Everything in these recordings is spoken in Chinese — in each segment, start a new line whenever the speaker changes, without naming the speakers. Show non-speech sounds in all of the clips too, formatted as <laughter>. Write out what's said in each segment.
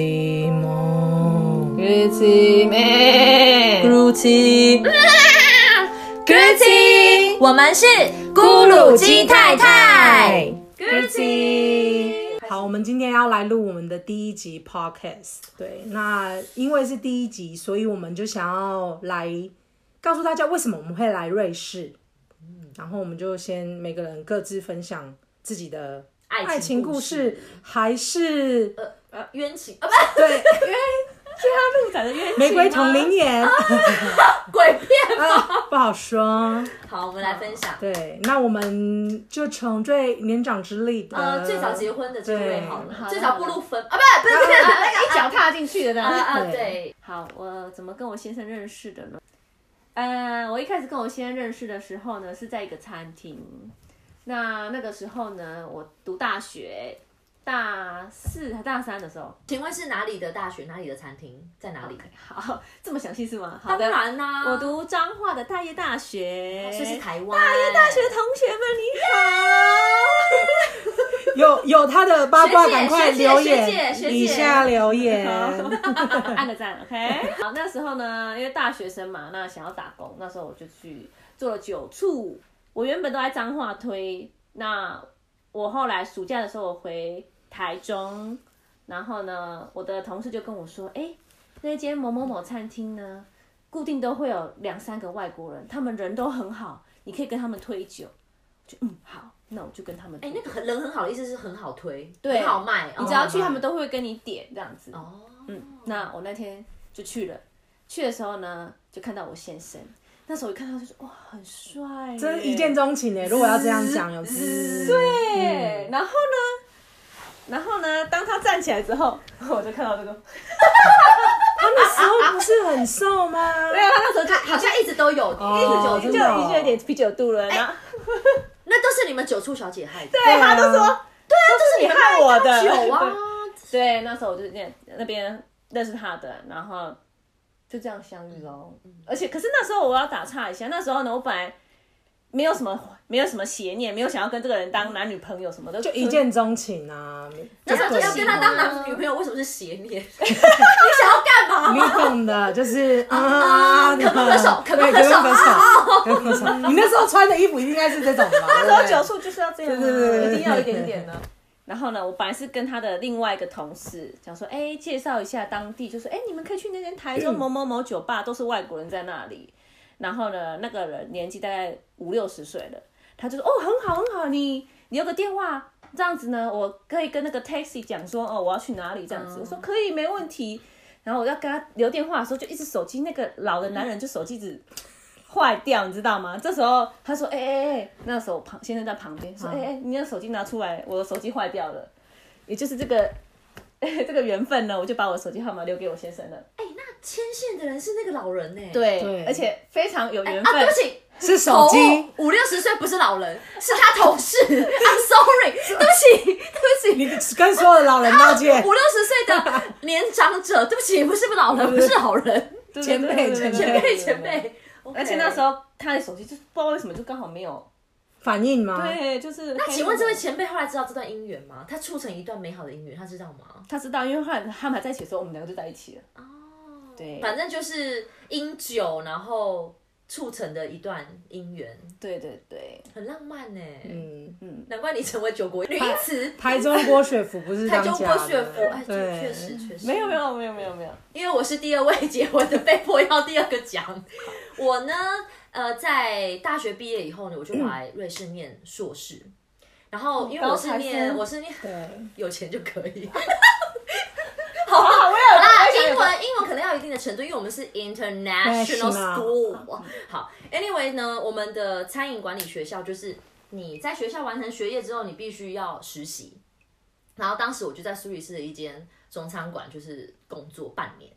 그지모
Greetime，
그루치 그루치
我们是咕噜鸡太太，
그루치 好，我们今天要来录我们的第一集 podcast。对，那因为是第一集，所以我们就想要来告诉大家为什么我们会来瑞士。然后我们就先每个人各自分享自己的爱情故事，还是
呃，冤情啊，
对
不讲的冤情，
玫瑰同龄
<laughs>
眼
啊鬼片。
啊，不好说。
好，我们来分享，
对，那我们就从最年长之力的，
呃，最早结婚的这位好
对
呃
好
了，
的
最早步入婚啊，不不不不，那个
一脚踏进去的
啊
呢。
啊，
对
对，
好，我怎么跟我先生认识的呢？呃，我一开始跟我先生认识的时候呢，是在一个餐厅。那那个时候呢，我读大学，大四还大三的时候。
请问是哪里的大学？哪里的餐厅？在哪里？
好，这么详细是吗？好
当
的，
然啦，
我读彰化的大业大学。
这是台湾大一大
大学同学们，你
有有他的八卦，
学姐
赶快
学姐
留
学
言
姐学姐
底下留言。
<laughs>
好， <laughs> 按个赞，OK。好，那时候呢，因为大学生嘛，那想要打工，那时候我就去做了酒醋。我原本都在彰化推，那我后来暑假的时候我回台中，然后呢，我的同事就跟我说，哎、那间某某某餐厅呢，固定都会有两三个外国人，他们人都很好，你可以跟他们推酒。就嗯好，那我就跟他们推。
哎，那个很人很好的意思是很好推，
对
很好卖，
你只要去，他们都会跟你点这样子。
哦，嗯，
那我那天就去了，去的时候呢，就看到我先生。那时候我一看到就说哇，很帅耶，
真是一见钟情呢。如果要这样讲，有啊滋。
对。然后呢，然后呢，当他站起来之后， <laughs> 我就看到这个，
他那时候不是很瘦
<laughs>
吗？
对啊，他那时候就
他好像一直都有，
哦
一直
就
有
真的哦
就有点啤酒肚了，然后
那都是你们九处小姐害的，
哎对，他就说，对
对啊
啊，这是你害我的
酒啊，
<laughs> 对，那时候我就那那边认识他的，然后就这样相遇喽。而且，可是那时候我要打岔一下，那时候呢，我本来没有什么没有什么邪念，没有想要跟这个人当男女朋友什么的，
就一见钟情啊。
那时候就要跟他当
男，
男女朋友，为什么是邪念？你想要干嘛？
你懂的，就是啊，
可不可手可不可手
对可不可手？可不可手？你那时候穿的衣服应该是这种
<laughs>
吧？
喝
对
酒醋就是要这样、啊，
对对对对
一定要一点点的。 <laughs> 然后呢，我本来是跟他的另外一个同事讲说，哎，介绍一下当地，就说，哎，你们可以去那间台中某某某酒吧，都是外国人在那里。然后呢，那个人年纪大概五六十岁了，他就说，哦，很好很好，你你有个电话，这样子呢，我可以跟那个 taxi 讲说，哦，我要去哪里这样子。我说可以，没问题。然后我要跟他留电话的时候，就一直手机那个老的男人就手机一直坏掉，你知道吗？这时候他说：“哎哎哎，那时候我旁先生在旁边
嗯
说：‘哎、哎、你的手机拿出来，我的手机坏掉了。’也就是这个、 <laughs> 这个缘分呢，我就把我的手机号码留给我先生了。
哎，那牵线的人是那个老人呢、欸
对，
对
而且非常有缘
啊，
分。
对不起，
是手机。
五六十岁不是老人，是他同
<laughs>
事。I'm sorry，对不起，对不起。
你 <laughs> 跟所有的老人道
<laughs>
歉。
五六十岁的年长者，对不起，不是老人，不是老人，
<laughs> 对
前辈
对对对
前
对
前
对对
辈
对
前
对对
辈。
而且那时，候他的手机就不知道为什么就刚好没有。
反应吗？
对，就是
嗯那
黑
请问这位
幕
前辈后来知道这段姻缘吗？他促成一段美好的姻缘，他知道吗？
他知道，因为后来他们还在一起的时候，我们两个就在一起了。哦，对，
反正就是因酒，然后促成的一段姻缘，
对对对，
很浪漫呢、
嗯，
难怪你成为九国女英
啊
词。
台中郭雪芙不是
台
当家
中
的
郭雪芙，哎，
对，
确实确实
没有没有没有没有
<laughs>
没有，
因为我是第二位结婚的，被迫要第二个
<laughs>
奖。我呢，呃，在大学毕业以后呢，我就跑来瑞士念硕士。然后，因为我是念，
哦高材生
我是念 <laughs> 有钱就可以。
好好，我有
啊，
啦
英文英文可能要有一定的程度，因为我们是
National
international school。好，anyway 呢，我们的餐饮管理学校就是你在学校完成学业之后，你必须要实习。然后当时我就在苏黎世的一间中餐馆，就是工作半年。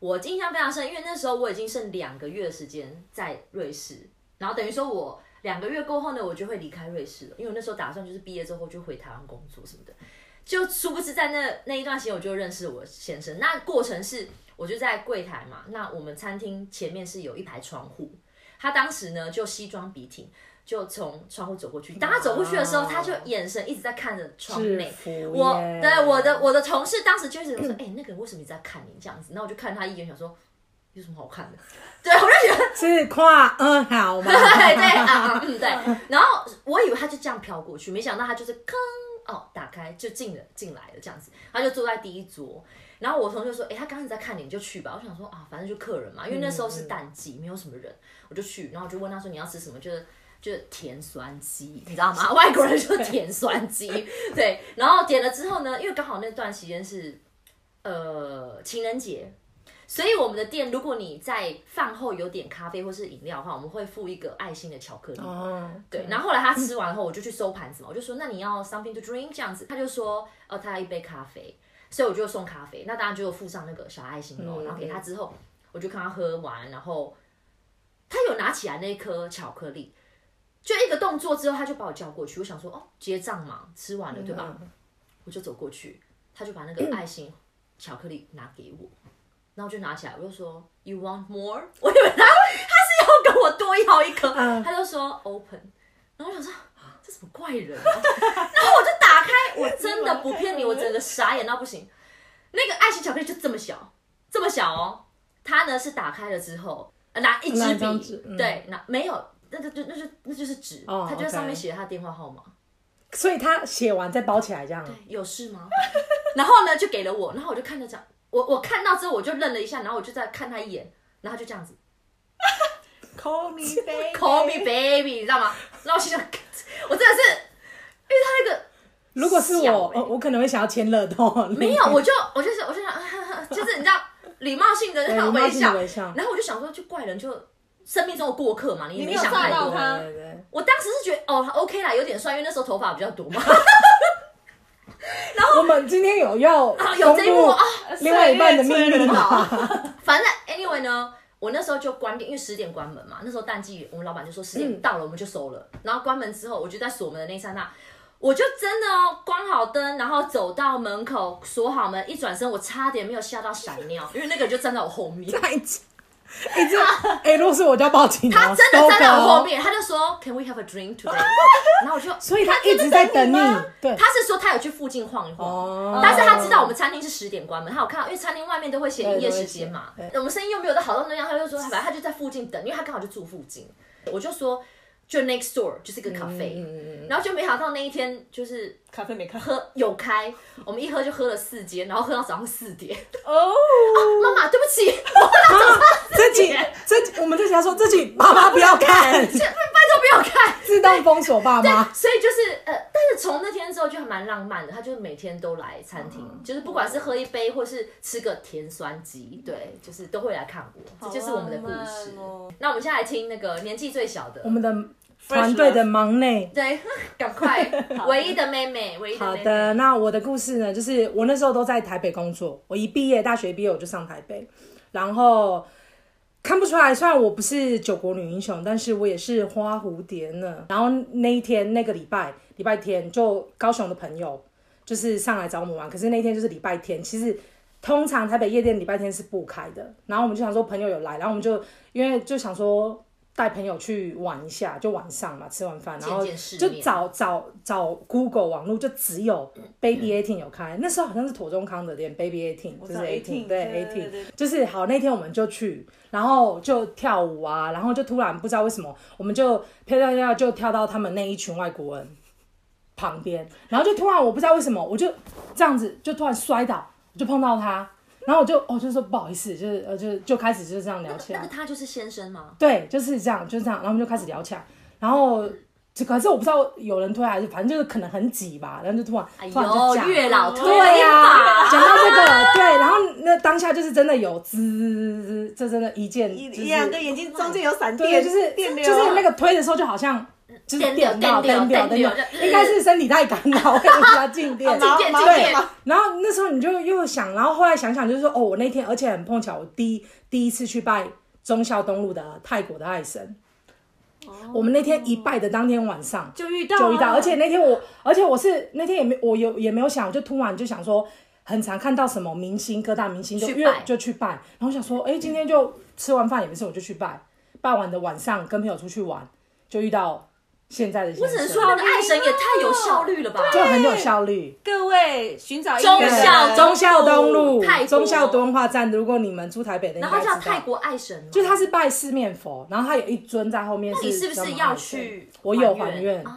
我印象非常深，因为那时候我已经剩两个月的时间在瑞士，然后等于说我两个月过后呢，我就会离开瑞士了，因为我那时候打算就是毕业之后就回台湾工作什么的。就殊不知在那那一段时间，我就认识我先生。那过程是，我就在柜台嘛，那我们餐厅前面是有一排窗户，他当时呢就西装笔挺，就从窗户走过去。当他走过去的时候，他就眼神一直在看着窗内
制。服耶
我对我的我的同事当时就是说，哎、那个人为什么一直在看你这样子？那我就看他一眼，想说有什么好看的？ <laughs> 对我就觉得
是跨嗯好吗？
<laughs> 对对啊，
<laughs>
嗯对。然后我以为他就这样飘过去，没想到他就是吭哦打开就进了进来了这样子，他就坐在第一桌。然后我同学说：“哎、他刚刚一直在看你，你就去吧。”我想说啊，反正就客人嘛，因为那时候
嗯
是淡季，没有什么人，我就去。然后我就问他说：“你要吃什么？”就是就是甜酸鸡，你知道吗？ <laughs> 外国人说甜酸鸡， <laughs> 对。然后点了之后呢，因为刚好那段时间是呃情人节，所以我们的店，如果你在饭后有点咖啡或是饮料的话，我们会附一个爱心的巧克力。
哦，
对，然后后来他吃完后，我就去收盘子嘛，我就说那你要 something to drink 这样子，他就说哦，他要一杯咖啡，所以我就送咖啡，那当然就附上那个小爱心咯，然后给他之后，我就看他喝完，然后他有拿起来那颗巧克力，就一个动作之后，他就把我叫过去，我想说哦，结账嘛，吃完了对吧？嗯我就走过去，他就把那个爱心巧克力拿给我，然后我就拿起来，我就说 You want more？我 <laughs> 以为他他是要跟我多要一颗，他就说 Open，然后我想说。啊这什么怪人啊！然后我就打开，我真的不骗你，我整个傻眼到不行。那个爱心巧克力就这么小，这么小哦。它呢是打开了之后，呃拿一
拿
支
一张纸
笔，
嗯
对，拿没有，那个就那就那就是纸，
哦
它就在上面
OK
写他的电话号码。
所以他写完再包起来这样。
有事吗？ <laughs> 然后呢，就给了我，然后我就看着讲，我我看到之后我就愣了一下，然后我就再看他一眼，然后他就这样子
Call me
<laughs>
baby，
call me baby，你知道吗？ <laughs> 然后我心想，我真的是，因为他那个
如果是
小
我，
欸
呃我可能会想要签乐透。
没有，我就我就是我就想， <laughs> 就是你知道礼貌性的那种
对哎礼貌
微
性的
笑，
微笑
然后我就想说，就怪人就生命中的过客嘛，你也
你
<laughs>
没
没有
想
吓
太
到
多。
他
对对对
我当时是觉得哦，OK 啦，有点帅，因为那时候头发比较多嘛。
我们今天有要
啊 <laughs> 有这一幕
公布
啊
另外一半的秘密吗？ <laughs>
反正 anyway 呢，我那时候就关店，因为十点关门嘛。那时候淡季，我们老板就说十点到了我们就收了。然后关门之后，我就在锁门的那一刹那，我就真的哦关好灯，然后走到门口锁好门，一转身我差点没有吓到闪尿，因为那个人就站在我后面。
太假！哎，这哎，如果是我就要报警哦。
他真的站在我
搜狗
后，面，他就说 Can we have a drink today？然后我就，
所以他一直在等你
他真的等。
对，
他是说他有去附近晃一晃，
哦
但是他知道我们餐厅是十点关门，他有看到，因为餐厅外面都会写营业时间嘛
对都会写，
我们生意又没有到好到那样，他就说反正他就在附近等，因为他刚好就住附近，我就说就 next door 就是一个咖啡，
嗯
然后就没想到那一天就是
咖啡没看
喝有开，我们一喝就喝了四间，然后喝到早上四点，啊
哦，
妈妈对不起。 <laughs>
这集这集我们这集要说这集爸妈不要看，
这拜拜托不要看，
自动封锁爸妈。
所以就是呃，但是从那天之后就还蛮浪漫的，他就是每天都来餐厅，
哦
就是不管是喝一杯或是吃个甜酸鸡，对，就是都会来看我，这就是我们的故事。
好浪漫哦
那我们现在来听那个年纪最小的
我，们的团队的忙内。
对，赶快，唯一的妹妹，唯一的
好
妹妹，
的，那我的故事呢，就是我那时候都在台北工作，我一毕业，大学毕业我就上台北，然后看不出来，虽然我不是九国女英雄，但是我也是花蝴蝶呢。然后那一天那个礼拜礼拜天，就高雄的朋友就是上来找我们玩，可是那天就是礼拜天，其实。通常台北夜店礼拜天是不开的，然后我们就想说朋友有来，然后我们就因为就想说带朋友去玩一下，就晚上嘛，吃完饭然后
见见世
就
面
找找找 Google 网络，就只有 Baby Eighteen 有开，那时候好像是妥中康的店 Baby Eighteen，就
知
是
道
Eighteen
对对
Eighteen，
对
就是好那天我们就去，然后就跳舞啊，然后就突然不知道为什么，我们就飘飘飘就跳到他们那一群外国人旁边，然后就突然我不知道为什么，我就这样子就突然摔倒，我就碰到他，然后我就我、哦、就说不好意思，就是呃就就开始就是这样聊起
那
来
个，他就是先生吗？
对，就是这样，就是这样，然后我们就开始聊起来，然后。这可是我不知道有人推还是，反正就是可能很挤吧，然后就突然
哎
突然就
呦
这，样
月老推
对呀、
吧，
讲到这个，对，然后那当下就是真的有滋滋滋滋，这真的一件
一
就是哦
两个眼睛中间有闪
对，
电，
就是
电流，啊
就是那个推的时候就好像就是
电流
电到
电流
电
电流
电
就
应该是身体太感 <laughs> 染，会比较静电。
毛
渐渐
毛
渐
对
渐
吗
然后那时候你就又想，然后后来想想就是说，哦，我那天而且很碰哦巧，我第一第一次去拜忠孝东路的泰国的爱神。我们那天一拜的当天晚上，
就遇到啊
就遇到，而且那天我，而且我是那天也没我有也没有想，我就突然就想说，很常看到什么明星各大明星就
去
因为
拜
就去拜，然后我想说，哎、今天就吃完饭也没事，我就去拜，拜完的晚上跟朋友出去玩，就遇到现在的先
我只能说那个爱神也太有效率了吧？
就很有效率。
各位寻找
忠
一个人
孝
对忠孝东路
泰国、
忠孝敦化站，如果你们住台北的，
然后
应该
叫
知道
泰，国爱神吗，
就他是拜四面佛，然后他有一尊在后面。
你是不是要去？
我有还愿，
啊？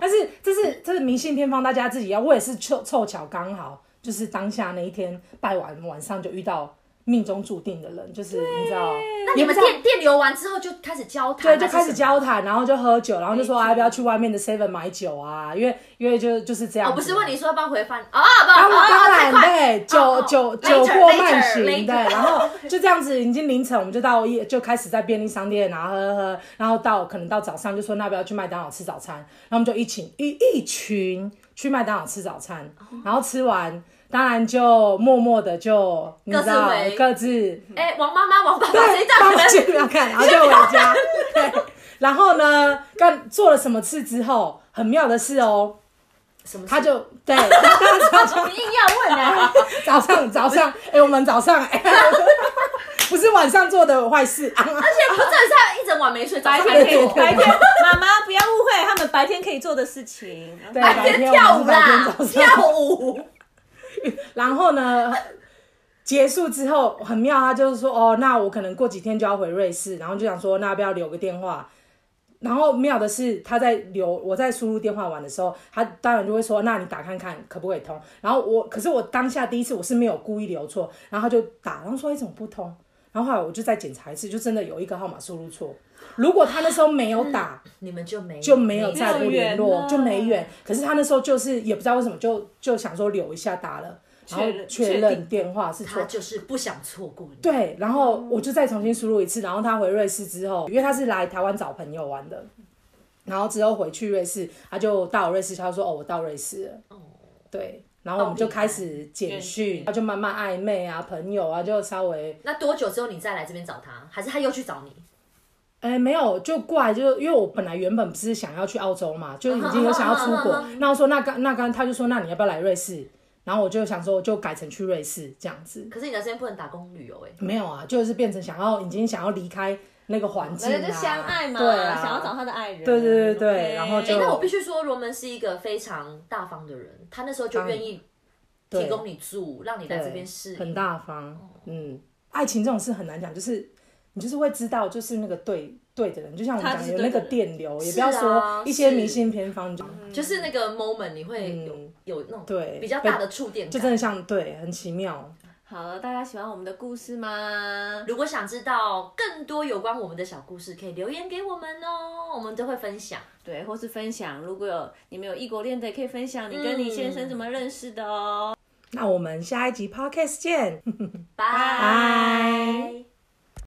但是这是这是迷信偏方，大家自己要。我也是凑凑巧刚好，就是当下那一天拜完，晚上就遇到命中注定的人，就是你知道，
那你
也不
们
知道
电电流完之后就开始交
对，
谈，还
就是开始
什么。
交谈，然后就喝酒，然后就说啊，要不要去外面的 Seven 买酒啊？因为因为就就是这样。
哦我不是问你，说要不要回饭啊？不，
嗯当
啊
当然
太快
对，酒
哦
酒
later，
酒过慢行
later，later
对，然
<laughs>
后就这样子，已经凌晨，我们就到夜就开始在便利商店，然后喝喝喝，然后到可能到早上就说那要不要去麦当劳吃早餐，然后我们就一起一一群去麦当劳吃早餐，
哦
然后吃完。当然就默默的就你
各
知
自
道
回
各
<laughs>
自
哎，王妈妈、王爸爸，谁
对，
叫你们
帮去不要看，然后就回家。对，然后呢，干做了什么事之后，很妙的是哦，
什么事？
他就对，他早上
你硬要
<laughs>
问啊？
早上早上，哎、我们早上哎、不是晚上做的坏事啊，
而且不正是他一整晚没睡，早
白
上
天
还
可
做
以，白天妈妈不要误会，他们白天可以做的事情。啊
对，
白天
天
跳
我
舞
们是白天
啦
早，上
跳舞。
<laughs> 然后呢，结束之后很妙，他就是说，哦，那我可能过几天就要回瑞士，然后就想说，那要不要留个电话？然后妙的是，他在留我在输入电话完的时候，他当然就会说，那你打看看可不可以通。然后我，可是我当下第一次我是没有故意留错，然后他就打，然后说一哎种不通。然后后来我就再检查一次，就真的有一个号码输入错。如果他那时候没有打，
你们就没
就没有再不联
没有
络，
缘了
就没缘。可是他那时候就是也不知道为什么就就想说留一下打了，然后
确认
确
确
认
定
电话是
他
错。
就是不想错过你。
对，然后我就再重新输入一次，然后他回瑞士之后，因为他是来台湾找朋友玩的，然后之后回去瑞士，他就到瑞士，他就说哦，我到瑞士了。对，然后我们就开始简讯，他就慢慢暧昧啊，朋友啊，就稍微
那多久之后你再来这边找他？还是他又去找你？
哎、没有，就过来就因为我本来原本不是想要去澳洲嘛，就已经有想要出
<laughs>
国，那我说那刚那刚他就说那你要不要来瑞士？然后我就想说我就改成去瑞士这样子，
可是你来这边不能打工旅游哎、
没有啊，就是变成想要已经想要离开那个环境、
那
啊，
就相爱嘛，
对啊，
想要找他的爱人。
对对对对
OK
然后
欸
就
那我必须说，罗门是一个非常大方的人，他那时候就愿意
对
提供哦你住，让你来这边试。
很大方，嗯，爱情这种事很难讲，就是你就是会知道就是那个对对的人，就像我们
他
讲
就是
有那个
对的人
电流，也不
是
要
啊
说一些
是
迷信偏方，就
就是那个 moment，你会有、
嗯
有那种
对
比较大的触电
就真
感。
的像对，很奇妙。
好了，大家喜欢我们的故事吗？
如果想知道更多有关我们的小故事，可以留言给我们哦，我们都会分享。
对，或是分享，如果有你们有异国恋的，也可以分享你跟你先生怎么认识的哦。
那我们下一集 podcast 见，
拜。
拜。